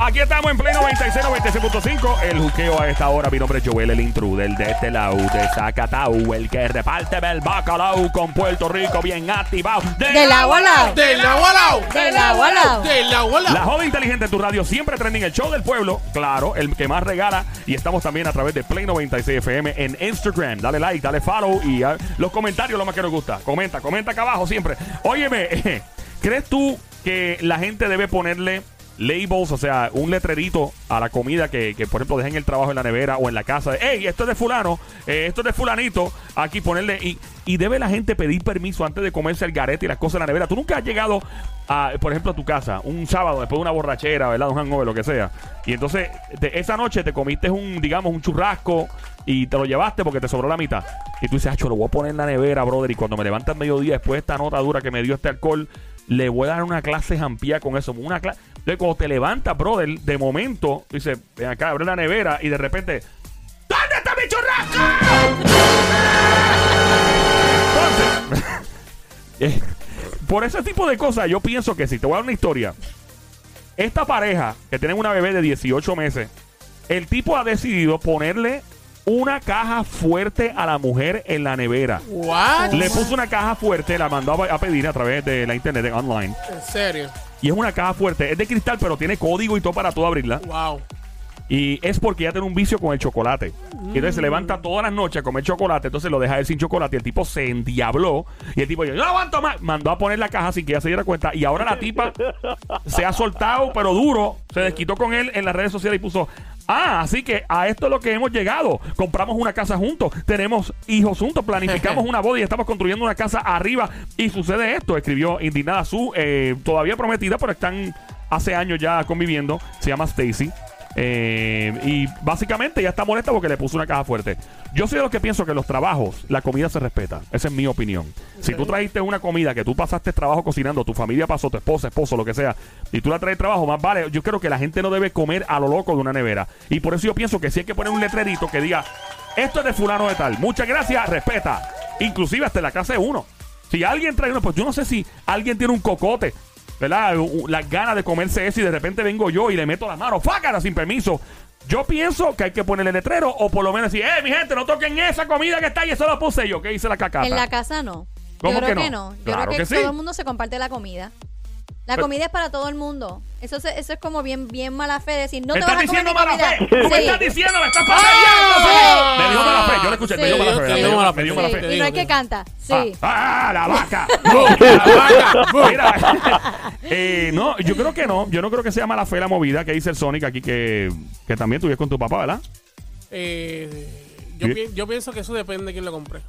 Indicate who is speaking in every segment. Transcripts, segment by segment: Speaker 1: Aquí estamos en Play 96, 96.5. El juqueo a esta hora. Mi nombre es Joel, el intruder de este lado, de Zacatau, el que reparte el bacalao con Puerto Rico bien activado. De
Speaker 2: Del agua al lado.
Speaker 3: Del lado al lado.
Speaker 2: Del agua al lado.
Speaker 3: Del lado al
Speaker 1: La
Speaker 3: lado.
Speaker 1: joven inteligente en tu radio siempre trending el show del pueblo, claro, el que más regala y estamos también a través de Play 96 FM en Instagram. Dale like, dale follow y ah, los comentarios lo más que nos gusta. Comenta, comenta acá abajo siempre. Óyeme, ¿crees tú que la gente debe ponerle labels, o sea, un letrerito a la comida que, que, por ejemplo dejen el trabajo en la nevera o en la casa? Hey, esto es de fulano, eh, esto es de fulanito, aquí ponerle y, y debe la gente pedir permiso antes de comerse el garete y las cosas en la nevera. Tú nunca has llegado a, por ejemplo, a tu casa un sábado después de una borrachera, ¿verdad? Un hangover, lo que sea. Y entonces, te- esa noche te comiste un, digamos, un churrasco y te lo llevaste porque te sobró la mitad. Y tú dices, acho, lo voy a poner en la nevera, brother. Y cuando me levanta al mediodía después de esta nota dura que me dio este alcohol, le voy a dar una clase jampía con eso. Una clase. Entonces, cuando te levantas, brother, de momento, dices, ven acá, abre la nevera y de repente. ¿Dónde está mi churrasco? Entonces, eh, por ese tipo de cosas, yo pienso que si te voy a dar una historia, esta pareja que tienen una bebé de 18 meses, el tipo ha decidido ponerle una caja fuerte a la mujer en la nevera.
Speaker 3: What?
Speaker 1: Le puso una caja fuerte, la mandó a a pedir a través de la internet de online.
Speaker 3: En serio.
Speaker 1: Y es una caja fuerte, es de cristal, pero tiene código y todo para tú abrirla.
Speaker 3: Wow.
Speaker 1: Y es porque ya tiene un vicio con el chocolate. Y entonces se levanta todas las noches a comer chocolate. Entonces lo deja él sin chocolate. Y el tipo se endiabló. Y el tipo, yo no aguanto más. Mandó a poner la caja sin que ella se diera cuenta. Y ahora la tipa se ha soltado, pero duro. Se desquitó con él en las redes sociales y puso. Ah, así que a esto es lo que hemos llegado. Compramos una casa juntos, tenemos hijos juntos, planificamos una boda y estamos construyendo una casa arriba. Y sucede esto, escribió indignada su eh, todavía prometida, pero están hace años ya conviviendo. Se llama Stacy. Eh, y básicamente ya está molesta porque le puso una caja fuerte. Yo soy de los que pienso que en los trabajos, la comida se respeta. Esa es mi opinión. Si tú trajiste una comida que tú pasaste trabajo cocinando, tu familia pasó, tu esposa, esposo, lo que sea, y tú la traes trabajo, más vale. Yo creo que la gente no debe comer a lo loco de una nevera. Y por eso yo pienso que si hay que poner un letrerito que diga, esto es de fulano de tal, muchas gracias, respeta. Inclusive hasta en la casa de uno. Si alguien trae uno, pues yo no sé si alguien tiene un cocote. ¿verdad? U- u- Las ganas de comerse eso y de repente vengo yo y le meto las manos, fácara sin permiso. Yo pienso que hay que ponerle letrero o por lo menos decir, ¡eh, mi gente, no toquen esa comida que está ahí! Eso lo puse yo, que hice la cacata.
Speaker 2: En la casa no.
Speaker 1: ¿Cómo
Speaker 2: Yo creo
Speaker 1: que
Speaker 2: que,
Speaker 1: no?
Speaker 2: no. Yo
Speaker 1: Claro
Speaker 2: creo que,
Speaker 1: que sí.
Speaker 2: todo el mundo se comparte la comida. La
Speaker 1: Pero-
Speaker 2: comida es para todo el mundo. Eso, se- eso es como bien, bien mala fe decir, no
Speaker 1: ¡Me
Speaker 2: te vas
Speaker 1: estás
Speaker 2: a comer
Speaker 1: diciendo
Speaker 2: mi
Speaker 1: mala
Speaker 2: comida.
Speaker 1: fe! ¡Tú me
Speaker 2: Sí. Ah,
Speaker 1: estás diciendo, me estás fastidiando!
Speaker 3: sí.
Speaker 1: Me dio mala fe, yo le escuché, me dio
Speaker 2: Sí.
Speaker 1: mala fe.
Speaker 3: Te
Speaker 1: me
Speaker 3: dio
Speaker 1: dio-
Speaker 3: mala
Speaker 1: Me
Speaker 3: fe,
Speaker 1: dio
Speaker 3: te
Speaker 1: mala
Speaker 2: Sí,
Speaker 1: fe.
Speaker 3: digo,
Speaker 2: Y no
Speaker 3: te
Speaker 2: hay que
Speaker 3: digo.
Speaker 2: canta. Sí.
Speaker 1: Ah, ah, la vaca. Bu, la vaca. Mira, eh, no, yo creo que no. Yo no creo que sea mala fe la movida que dice el Sonic aquí que, que también tuviste con tu papá, ¿verdad?
Speaker 3: Eh, yo,
Speaker 1: ¿Y-
Speaker 3: pi- yo pienso que eso depende de quién lo compre.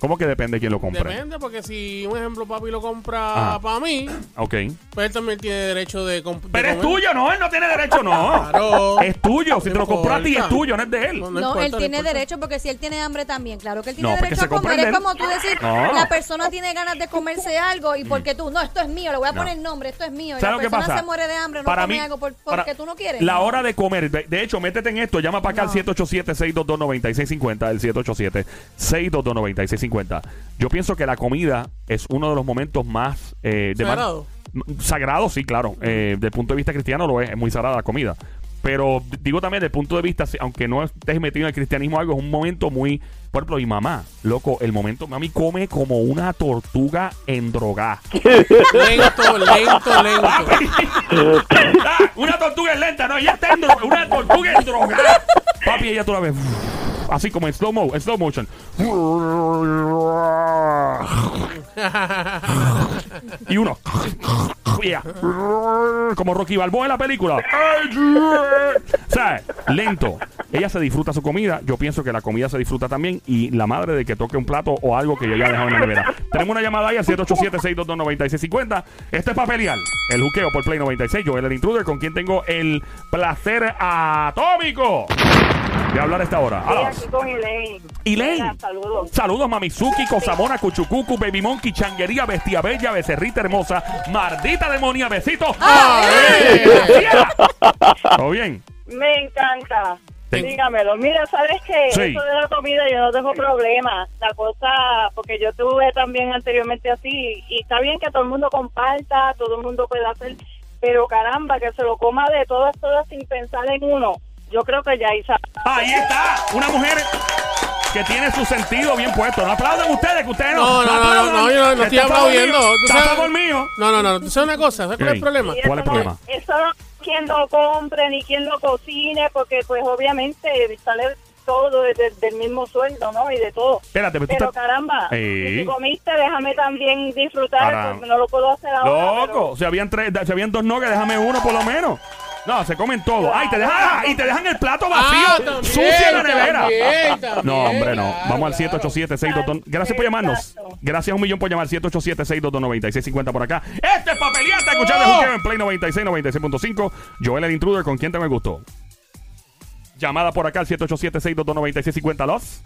Speaker 1: ¿Cómo que depende de quién lo compre?
Speaker 3: Depende, porque si, un ejemplo, papi lo compra
Speaker 1: Ajá.
Speaker 3: para mí,
Speaker 1: Ok.
Speaker 3: pues él también tiene derecho de comprar.
Speaker 1: Pero es tuyo, no, él no tiene derecho, no.
Speaker 3: Claro.
Speaker 1: Es tuyo, si te lo compró a ti es
Speaker 3: importa.
Speaker 1: tuyo, no es de él.
Speaker 3: No, no
Speaker 2: No,
Speaker 3: importa,
Speaker 2: él
Speaker 3: no
Speaker 2: tiene
Speaker 3: importa.
Speaker 2: derecho porque si él tiene hambre también, claro que él
Speaker 1: No,
Speaker 2: tiene
Speaker 1: porque
Speaker 2: derecho
Speaker 1: se
Speaker 2: a comer.
Speaker 1: comprende.
Speaker 2: Es como tú decir,
Speaker 1: No. Mm.
Speaker 2: la persona tiene ganas de comerse algo y porque tú, no, esto es mío, le voy a poner nombre, esto es mío. Y la
Speaker 1: ¿Sabes lo que
Speaker 2: persona
Speaker 1: pasa?
Speaker 2: se muere de hambre, no come algo por- porque
Speaker 1: para-
Speaker 2: tú no quieres.
Speaker 1: La
Speaker 2: No.
Speaker 1: hora de comer, de, de hecho, métete en esto, llama para acá
Speaker 2: No.
Speaker 1: al 787-622-9650, el 787-622-9650. Yo pienso que la comida es uno de los momentos más... eh, de más-
Speaker 3: Sagrado.
Speaker 1: m- sagrado, sí, claro. Eh, desde el punto de vista cristiano lo es, es muy sagrada la comida. Pero d- digo también, desde el punto de vista, si- aunque no estés metido en el cristianismo o algo, es un momento muy... Por ejemplo, mi mamá, loco, el momento, mami come como una tortuga en droga.
Speaker 3: Lento, lento, lento.
Speaker 1: Papi. Ah, una tortuga es lenta, no, ella está en droga. Una tortuga en droga. Papi, ella tú la ves. Así como en slow, mo en slow motion. Y uno. Y ella. Como Rocky Balboa en la película. ¿Sabes? Lento. Ella se disfruta su comida. Yo pienso que la comida se disfruta también. Y la madre de que toque un plato o algo que yo haya dejado en la nevera. Tenemos una llamada ahí al 787-622-9650. Este es Papelial. El juqueo por Play 96. Yo, el intruder, con quien tengo el placer atómico de hablar a esta hora. A las-
Speaker 4: aquí con Elaine.
Speaker 1: Elaine.
Speaker 4: Hola, Saludos.
Speaker 1: Saludos, Mamizuki, Cosamona, Cuchucucu, Baby Monkey, Changuería, Bestia Bella, Becerrita Hermosa, Mardita Demonia, Besito.
Speaker 2: ¡Ay!
Speaker 1: ¡Ay! ¡Graciela! ¿Todo bien?
Speaker 4: Me encanta.
Speaker 1: Ten-
Speaker 4: Dígamelo. Mira, ¿sabes qué?
Speaker 1: Sí.
Speaker 4: Eso de la comida yo no tengo problema. La cosa, porque yo tuve también anteriormente así, y está bien que todo el mundo comparta, todo el mundo pueda hacer, pero caramba, que se lo coma de todas, todas sin pensar en uno. Yo creo que ya Isa.
Speaker 1: Ahí está, una mujer que tiene su sentido bien puesto. No aplauden ustedes, que ustedes no.
Speaker 3: No, no, no, no, no, yo no- no estoy aplaudiendo. Tú sabes-
Speaker 1: Está por mío.
Speaker 3: No, no, no. ¿Tú sabes una cosa? ¿Sabes cuál es el
Speaker 1: Ey.
Speaker 3: problema?
Speaker 1: ¿Cuál es
Speaker 4: Y
Speaker 1: el
Speaker 4: eso no-
Speaker 1: problema?
Speaker 4: Eso no, quien lo compre ni quien lo cocine, porque pues obviamente sale todo desde del mismo sueldo, ¿no? Y de todo.
Speaker 1: Espérate, pero tú
Speaker 4: Pero
Speaker 1: estás-
Speaker 4: caramba,
Speaker 1: Sí.
Speaker 4: si comiste, déjame también disfrutar,
Speaker 1: Caramba.
Speaker 4: porque no lo puedo hacer ahora. pero-
Speaker 1: Loco, si habían tres, si habían dos nogues, déjame uno por lo menos. No, se comen todo. Ay, te dejan, ah, y te dejan el plato vacío,
Speaker 3: Ah, también,
Speaker 1: sucio en la nevera.
Speaker 3: también, también,
Speaker 1: no, hombre, no.
Speaker 3: claro,
Speaker 1: Vamos al
Speaker 3: claro.
Speaker 1: 787 622 Gracias por llamarnos.
Speaker 4: Exacto.
Speaker 1: Gracias un millón por llamar 787 622 9650 por acá. Este es papeliata, escuchando
Speaker 3: ¡Oh!
Speaker 1: el juqueo en Play 96, 96.5. Joel el intruder, ¿con quién te me gustó? Llamada por acá al 787 622 9650 Los.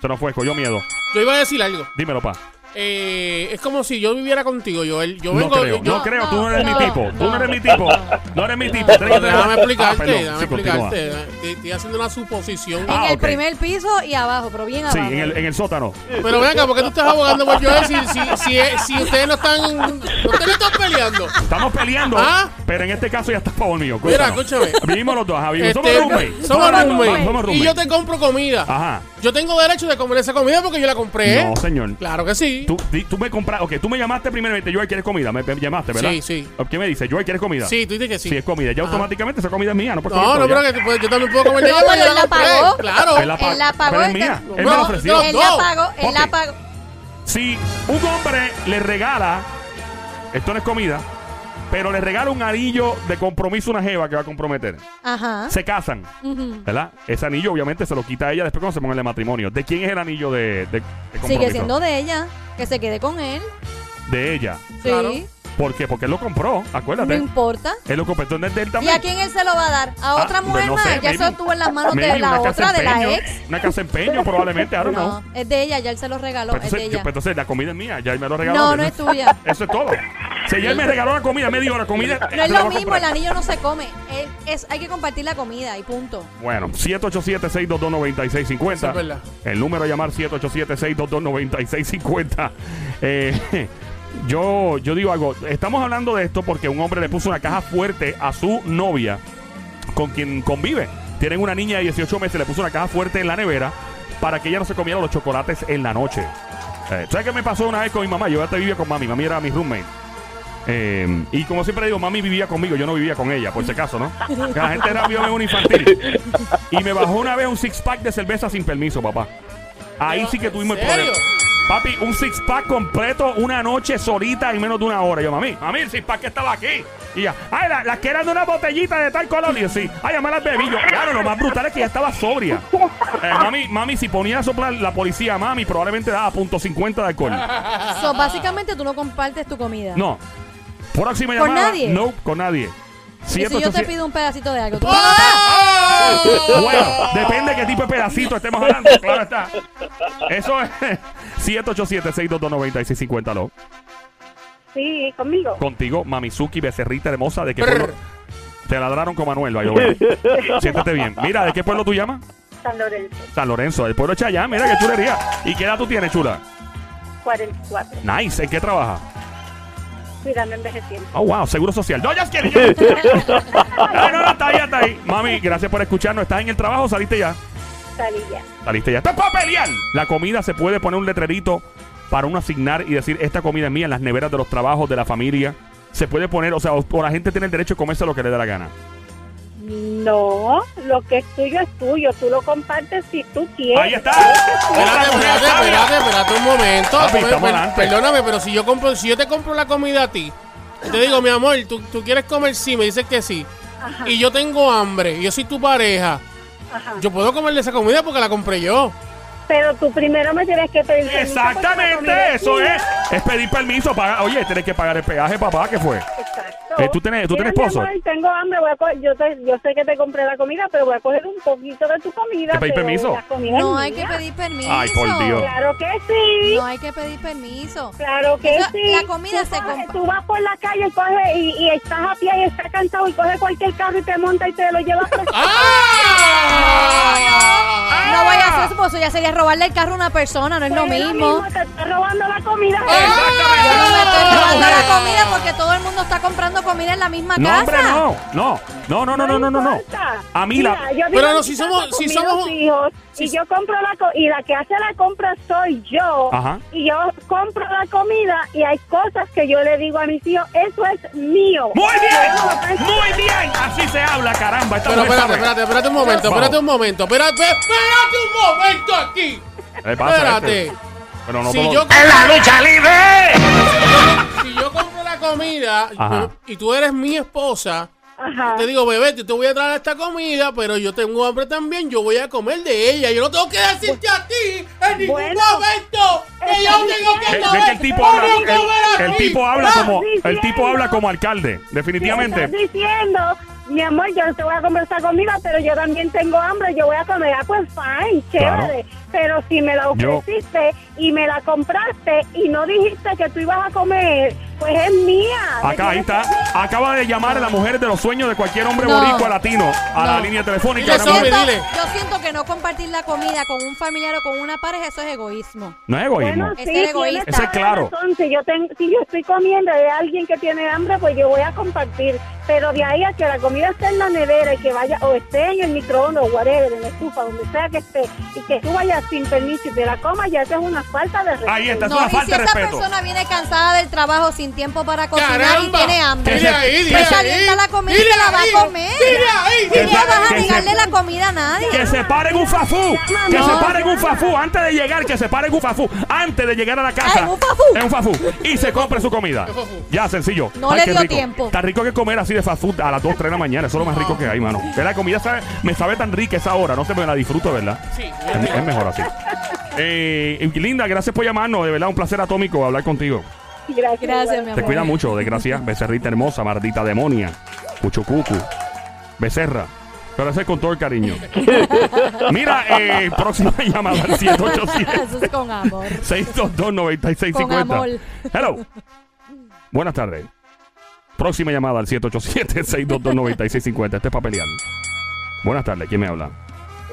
Speaker 1: Se nos fue, cogió miedo.
Speaker 3: Yo iba a decir algo.
Speaker 1: Dímelo, pa.
Speaker 3: Eh, es como si yo viviera contigo, Joel. Yo vengo.
Speaker 1: no creo,
Speaker 3: yo-
Speaker 1: no,
Speaker 2: no,
Speaker 1: creo, tú no eres
Speaker 2: no,
Speaker 1: mi tipo, tú no
Speaker 2: no.
Speaker 1: eres mi tipo, no eres mi tipo. Tienes que
Speaker 3: Pero
Speaker 1: tener-
Speaker 3: déjame
Speaker 1: Ah,
Speaker 3: explicarte,
Speaker 1: perdón,
Speaker 3: déjame
Speaker 1: sí, continúa.
Speaker 3: explicarte. Te- Estoy haciendo una suposición.
Speaker 1: Ah,
Speaker 2: en el
Speaker 1: ok.
Speaker 2: primer piso y abajo, pero bien
Speaker 1: Sí,
Speaker 2: abajo.
Speaker 1: en el, en el sótano.
Speaker 3: Pero venga, ¿por qué tú estás abogando por Joel si, si, si, eh, si ustedes no están. Ustedes no están peleando.
Speaker 1: Estamos peleando,
Speaker 3: Ah.
Speaker 1: pero en este caso ya estás favor mío.
Speaker 3: Mira,
Speaker 1: cuéntanos.
Speaker 3: escúchame.
Speaker 1: Vivimos los dos, ajá, vivimos.
Speaker 3: Este,
Speaker 1: somos roommates.
Speaker 3: somos
Speaker 2: Somos
Speaker 3: roommates.
Speaker 2: roommates.
Speaker 3: Y
Speaker 1: Somos roommates.
Speaker 3: yo te ¿Eh? compro comida.
Speaker 1: Ajá.
Speaker 3: Yo tengo derecho de comer esa comida porque yo la compré.
Speaker 1: No, señor.
Speaker 3: Claro que sí.
Speaker 1: Tú, di- tú me compraste, ok, tú me llamaste primero y me dijiste, Joel, ¿quieres comida? Me, me llamaste, ¿verdad?
Speaker 3: Sí, sí.
Speaker 1: ¿Qué me dice? Joel, ¿quieres comida?
Speaker 3: Sí, tú dices que sí.
Speaker 1: Si es comida, ya
Speaker 3: Ajá.
Speaker 1: automáticamente esa comida es mía, no puedes
Speaker 3: No,
Speaker 1: comer
Speaker 3: no,
Speaker 1: todo
Speaker 3: pero
Speaker 1: ya.
Speaker 3: que te puedes- yo también puedo comer de
Speaker 2: No,
Speaker 3: ella porque
Speaker 2: pero
Speaker 3: yo la
Speaker 2: él la
Speaker 3: compré.
Speaker 2: pagó.
Speaker 3: Claro.
Speaker 1: Él la,
Speaker 2: Él la
Speaker 1: pagó,
Speaker 2: pagó,
Speaker 1: pero es
Speaker 2: él
Speaker 1: mía.
Speaker 2: te-
Speaker 1: Él me la
Speaker 3: No,
Speaker 1: ofreció.
Speaker 3: no.
Speaker 2: Él
Speaker 3: Dos.
Speaker 2: la pagó, él la
Speaker 1: Ok.
Speaker 2: pagó.
Speaker 1: Si un hombre le regala, esto no es comida, pero le regala un anillo de compromiso a una jeva que va a comprometer.
Speaker 2: Ajá.
Speaker 1: Se casan,
Speaker 2: Ujú.
Speaker 1: ¿verdad? Ese anillo obviamente se lo quita a ella después cuando se pongan en el matrimonio. ¿De quién es el anillo de, de- de compromiso?
Speaker 2: Sigue siendo de ella, que se quede con él.
Speaker 1: De ella.
Speaker 2: Sí,
Speaker 3: Claro.
Speaker 1: ¿Por qué? Porque él lo compró,
Speaker 2: no
Speaker 1: acuérdate.
Speaker 2: importa.
Speaker 1: Él lo compró entonces de él
Speaker 2: ¿Y
Speaker 1: también.
Speaker 2: a quién él se lo va a dar? ¿A
Speaker 1: Ah,
Speaker 2: otra mujer
Speaker 1: pues no
Speaker 2: más?
Speaker 1: sé,
Speaker 2: ya
Speaker 1: maybe-
Speaker 2: se lo tuvo en las manos
Speaker 1: maybe
Speaker 2: de la
Speaker 1: una casa
Speaker 2: otra, de la
Speaker 1: empeño,
Speaker 2: ex.
Speaker 1: Una casa empeño probablemente, I don't know.
Speaker 2: No, es de ella, ya él se lo regaló,
Speaker 1: Pero
Speaker 2: es de
Speaker 1: Pues entonces, yo-
Speaker 2: ella.
Speaker 1: pero entonces la comida es mía, ya él me lo regaló.
Speaker 2: No, no es tuya.
Speaker 1: Eso es todo. Si él me regaló la comida, me dio la comida.
Speaker 2: No
Speaker 1: se
Speaker 2: es
Speaker 1: la
Speaker 2: lo
Speaker 1: voy a
Speaker 2: mismo,
Speaker 1: comprar.
Speaker 2: el anillo no se come. Es, es- hay que compartir la comida y punto.
Speaker 1: Bueno, 787-622-9650.
Speaker 3: Sí, es verdad.
Speaker 1: El número a llamar 787-622-9650. Eh, yo, yo digo algo. Estamos hablando de esto porque un hombre le puso una caja fuerte a su novia con quien convive. Tienen una niña de 18 meses, le puso una caja fuerte en la nevera para que ella no se comiera los chocolates en la noche. Eh, ¿Sabes qué me pasó una vez con mi mamá? Yo ya te vivía con mami. Mami era mi roommate. Eh, y como siempre digo, mami vivía conmigo, yo no vivía con ella, por si acaso, ¿no? Que la gente era yo era un infantil. Y me bajó una vez un six pack de cerveza sin permiso, papá. Ahí sí que tuvimos el
Speaker 3: ¿En serio?
Speaker 1: problema. Papi, un six pack completo, una noche solita en menos de una hora. Yo, mami, mami, el six pack que estaba aquí. Y ya, ay, la- las que eran de una botellita de tal color. Y yo, sí, ay, ya me las bebí. Yo, claro, lo más brutal es que ya estaba sobria. Eh, mami, mami, si ponía a soplar la policía, mami, probablemente daba punto .50 de alcohol.
Speaker 3: Ah.
Speaker 2: So, básicamente tú no compartes tu comida.
Speaker 1: No. Próxima
Speaker 2: ¿Con
Speaker 1: llamada.
Speaker 2: nadie?
Speaker 1: No, con nadie.
Speaker 2: Y si yo te
Speaker 1: 787.
Speaker 2: pido un pedacito de algo, tú
Speaker 3: ¡Oh!
Speaker 1: Bueno, depende de qué tipo de pedacito estemos hablando, claro está. Eso es 787-622-9650. Lo.
Speaker 4: Sí, conmigo.
Speaker 1: Contigo, Mamizuki, becerrita hermosa, ¿de qué pueblo? Te ladraron con Manuel, vaya, bueno. Siéntete bien. Mira, ¿de qué pueblo tú llamas?
Speaker 4: San Lorenzo,
Speaker 1: San Lorenzo, del pueblo de Chayán. Mira, qué chulería. ¿Y qué edad tú tienes, chula?
Speaker 4: 44.
Speaker 1: Nice, ¿en qué trabajas?
Speaker 4: Cuidando envejeciendo.
Speaker 1: Oh, wow, seguro social. No, ya es que- No, no, no, está ahí, está ahí. Mami, gracias por escucharnos. ¿Estás en el trabajo o saliste ya?
Speaker 4: Salilla.
Speaker 1: Saliste ya. ¡Esto es para pelear! La comida se puede poner un letrerito para uno asignar y decir, esta comida es mía en las neveras de los trabajos, de la familia. Se puede poner, o sea, o, o la gente tiene el derecho de comerse lo que le da la gana.
Speaker 4: No, lo que es tuyo es tuyo. Tú lo compartes si tú quieres.
Speaker 1: ¡Ahí está!
Speaker 3: Espérate,
Speaker 1: Otra mujer
Speaker 3: espérate,
Speaker 1: sabia.
Speaker 3: espérate, espérate un momento.
Speaker 1: Papi,
Speaker 3: Tú me-
Speaker 1: estamos
Speaker 3: per-
Speaker 1: adelante.
Speaker 3: perdóname, pero si yo compro, si yo te compro la comida a ti, y te digo, mi amor, ¿tú, tú quieres comer sí, me dices que sí. Y yo tengo hambre, yo soy tu pareja.
Speaker 4: Ajá.
Speaker 3: Yo puedo comerle esa comida porque la compré yo.
Speaker 4: Pero tú primero me tienes que pedir permiso porque la comida
Speaker 1: Exactamente, eso
Speaker 4: mía.
Speaker 1: es. Es pedir permiso. Paga. Oye, tienes que pagar el peaje, papá. ¿Qué fue?
Speaker 4: Exacto.
Speaker 1: Eh, ¿tú tienes- tú
Speaker 4: Mira,
Speaker 1: tienes
Speaker 4: mi
Speaker 1: esposo?
Speaker 4: amor, tengo hambre, voy a co- yo, te- yo sé que te compré la comida, pero voy a coger un poquito de tu comida.
Speaker 1: ¿Te pedí
Speaker 4: pero
Speaker 1: permiso?
Speaker 4: la comida
Speaker 2: No
Speaker 4: es
Speaker 2: hay que
Speaker 4: mía.
Speaker 2: pedir permiso.
Speaker 1: Ay, por Dios.
Speaker 4: Claro que sí.
Speaker 2: No hay que pedir permiso.
Speaker 4: Claro que
Speaker 2: Esa-
Speaker 4: sí.
Speaker 2: la comida
Speaker 4: Tú
Speaker 2: se
Speaker 4: coges-
Speaker 2: compra.
Speaker 4: Tú vas por la calle y, coges, y, y estás a pie y estás cansado y coges cualquier carro y te monta y te lo llevas. preso.
Speaker 3: ¡Ah!
Speaker 2: No vaya a ser esposo, ya sería robarle el carro a una persona, no es lo
Speaker 4: Pues
Speaker 2: mismo.
Speaker 4: Te estás robando la comida.
Speaker 2: Yo no me estoy robando
Speaker 1: No,
Speaker 2: la
Speaker 3: eh.
Speaker 1: mujer.
Speaker 2: comida porque todo el mundo está comprando comida en la misma
Speaker 1: No,
Speaker 2: casa.
Speaker 1: hombre, no. No, no, no, no, no, no, no. no.
Speaker 4: importa.
Speaker 1: A mí la...
Speaker 4: Mira, yo
Speaker 3: Pero
Speaker 4: vivo
Speaker 3: no,
Speaker 4: en
Speaker 3: si
Speaker 4: casa
Speaker 3: somos-
Speaker 4: con
Speaker 3: si
Speaker 4: mis
Speaker 3: somos-
Speaker 4: dos hijos
Speaker 3: si-
Speaker 4: y yo compro la co- y la que hace la compra soy yo.
Speaker 1: Ajá.
Speaker 4: Y yo compro la comida y hay cosas que yo le digo a mis hijos, eso es mío.
Speaker 1: ¡Muy
Speaker 4: Yo no lo
Speaker 1: bien!
Speaker 4: pienso.
Speaker 1: ¡Muy bien! Así se habla, caramba. Esta
Speaker 3: Pero
Speaker 1: mujer
Speaker 3: espérate,
Speaker 1: sabe.
Speaker 3: espérate, espérate un momento,
Speaker 1: Vamos.
Speaker 3: espérate un momento, espérate, espérate un momento aquí.
Speaker 1: ¿Qué le pasa a este?
Speaker 3: Espérate.
Speaker 1: Pero no
Speaker 3: Si
Speaker 1: todo-
Speaker 3: yo-
Speaker 1: ¡En la lucha libre!
Speaker 3: Si yo compro la comida
Speaker 1: Ajá.
Speaker 3: y tú eres mi esposa,
Speaker 4: Ajá.
Speaker 3: te digo, bebé, yo te voy a traer esta comida, pero yo tengo hambre también, yo voy a comer de ella. Yo no tengo que decirte a ti en ningún
Speaker 4: Bueno.
Speaker 3: momento que yo tengo que
Speaker 1: Ve-
Speaker 3: comer.
Speaker 1: ve
Speaker 4: este
Speaker 1: que el tipo
Speaker 3: Voy a
Speaker 1: habla, el,
Speaker 3: comer
Speaker 1: el
Speaker 3: aquí.
Speaker 1: tipo habla
Speaker 3: Ah,
Speaker 1: como el tipo
Speaker 4: diciendo.
Speaker 1: habla como alcalde,
Speaker 4: Estás
Speaker 1: definitivamente.
Speaker 4: diciendo, mi amor, yo no te voy a comprar esta comida, pero yo también tengo hambre, yo voy a comer. Ah, pues fine,
Speaker 1: Claro.
Speaker 4: chévere. Pero si me la
Speaker 1: Yo-
Speaker 4: ofreciste y me la compraste y no dijiste que tú ibas a comer, pues es mía.
Speaker 1: Acá ahí está, acaba de llamar a la mujer de los sueños de cualquier hombre
Speaker 2: No.
Speaker 1: boricua latino a la
Speaker 2: No.
Speaker 1: línea
Speaker 3: Dile
Speaker 1: telefónica. ahora
Speaker 3: eso,
Speaker 1: mismo.
Speaker 3: hombre.
Speaker 2: Siento-
Speaker 3: dile.
Speaker 2: yo siento que no compartir la comida con un familiar o con una pareja, eso es egoísmo.
Speaker 1: No es egoísmo.
Speaker 4: Bueno,
Speaker 2: Es
Speaker 4: sí,
Speaker 2: ser
Speaker 4: tienes
Speaker 2: egoísta.
Speaker 1: Eso es claro.
Speaker 4: razón. Si yo, ten- si yo estoy comiendo de alguien que tiene hambre, pues yo voy a compartir. Pero de ahí a que la comida esté en la nevera y que vaya, o esté en el microondas, o whatever, en la estufa, donde sea que esté, y que tú vayas sin permiso y te la comas, ya eso es una falta de respeto.
Speaker 1: Ahí está, es
Speaker 2: No,
Speaker 1: una
Speaker 2: y si
Speaker 1: falta de
Speaker 2: esa
Speaker 1: respeto.
Speaker 2: persona viene cansada del trabajo sin tiempo para cocinar
Speaker 3: Caramba.
Speaker 2: y tiene hambre,
Speaker 3: Dile ahí, dile
Speaker 2: pues
Speaker 3: ahí.
Speaker 2: calienta la comida y
Speaker 3: Dile
Speaker 2: se la va
Speaker 3: ahí,
Speaker 2: a comer.
Speaker 3: dile ahí,
Speaker 2: ¿Qué
Speaker 1: dile
Speaker 2: le vas a
Speaker 1: ahí.
Speaker 2: negarle la comida a nadie?
Speaker 1: Que se paren un fafú, que
Speaker 4: No.
Speaker 1: se paren un fafú antes de llegar, que se paren un fafú antes de llegar a la casa.
Speaker 2: Ay, un fafú.
Speaker 1: Es un fafú y se compre su comida.
Speaker 3: Un fafú.
Speaker 1: Ya sencillo.
Speaker 2: No le
Speaker 1: qué
Speaker 2: dio
Speaker 1: rico.
Speaker 2: tiempo.
Speaker 1: Está rico que comer así de fast food a las 2, 3 de la mañana, eso es lo más rico que hay, mano. Que la comida sabe- me sabe tan rica esa hora, no sé, me la disfruto, ¿verdad?
Speaker 3: Sí,
Speaker 1: Es, es mejor así. Eh, y Linda, gracias por llamarnos. De verdad, un placer atómico hablar contigo.
Speaker 4: Gracias.
Speaker 2: Gracias, mi amor.
Speaker 1: Te cuida mucho, desgracia. Becerrita hermosa, mardita demonia. Cuchucucu. Becerra. Pero ese es con todo el cariño. Mira, eh, próxima llamada al 787
Speaker 2: Eso es con amor.
Speaker 1: 622 9650
Speaker 2: Con amor.
Speaker 1: Hello. Buenas tardes. Próxima llamada al 787 622 9650 Este es para pelear. Buenas tardes. ¿Quién me habla?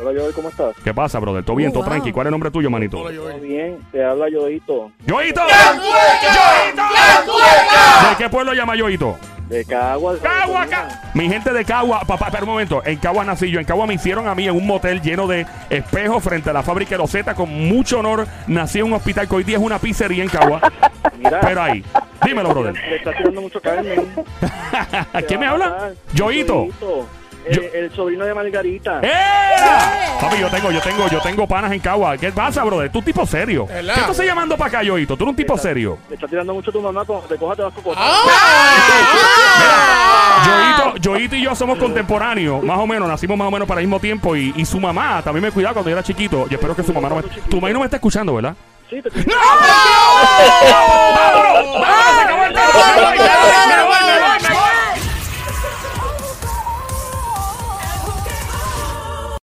Speaker 5: Hola Joel, ¿cómo estás?
Speaker 1: ¿Qué pasa, brother? ¿Todo bien?
Speaker 2: Oh,
Speaker 1: ¿Todo
Speaker 2: wow.
Speaker 1: tranqui? ¿Cuál es el nombre tuyo, manito?
Speaker 3: Hola,
Speaker 5: Todo
Speaker 3: Joel.
Speaker 5: bien, te habla Yoito
Speaker 1: ¡Yoito! ¿De qué pueblo llama Yoito?
Speaker 5: de Cagua.
Speaker 1: Cagua,
Speaker 5: de
Speaker 1: Ca- Mi gente de Cagua, papá, espera un momento. En Cagua nací yo. En Cagua me hicieron a mí en un motel lleno de espejos frente a la fábrica de Rosetta. Con mucho honor nací en un hospital que hoy día es una pizzería en Cagua.
Speaker 5: Mira,
Speaker 1: Pero ahí. Dímelo, brother.
Speaker 5: le está tirando mucho Carmen.
Speaker 1: ¿A
Speaker 5: Te
Speaker 1: quién me
Speaker 5: va a
Speaker 1: habla?
Speaker 5: matar.
Speaker 1: Yoito.
Speaker 5: Yoito,
Speaker 1: Yo- ¿Eh?
Speaker 5: El, el sobrino de Margarita.
Speaker 1: ¡Era! Papi, yo tengo, yo tengo, yo tengo panas en Cagua. ¿Qué pasa, brother? Tú un tipo serio. ¿Qué
Speaker 3: ¿Verdad?
Speaker 1: tú estás llamando para acá, Yoito? Tú eres un tipo serio.
Speaker 5: Le está tirando mucho tu mamá, cuando te coja te vas a cocotar.
Speaker 1: ¿Ah? Yoito, Yoito y yo somos contemporáneos, más o menos, nacimos más o menos para el mismo tiempo y, y su mamá también me cuidaba cuando yo era chiquito. Yo espero que su mamá no me... Tu mamá no me está escuchando, ¿verdad?
Speaker 5: Sí, te
Speaker 1: ¡No! ¡Vámonos! ¡Vámonos! ¡Se acabó el tema! ¡No hay tema!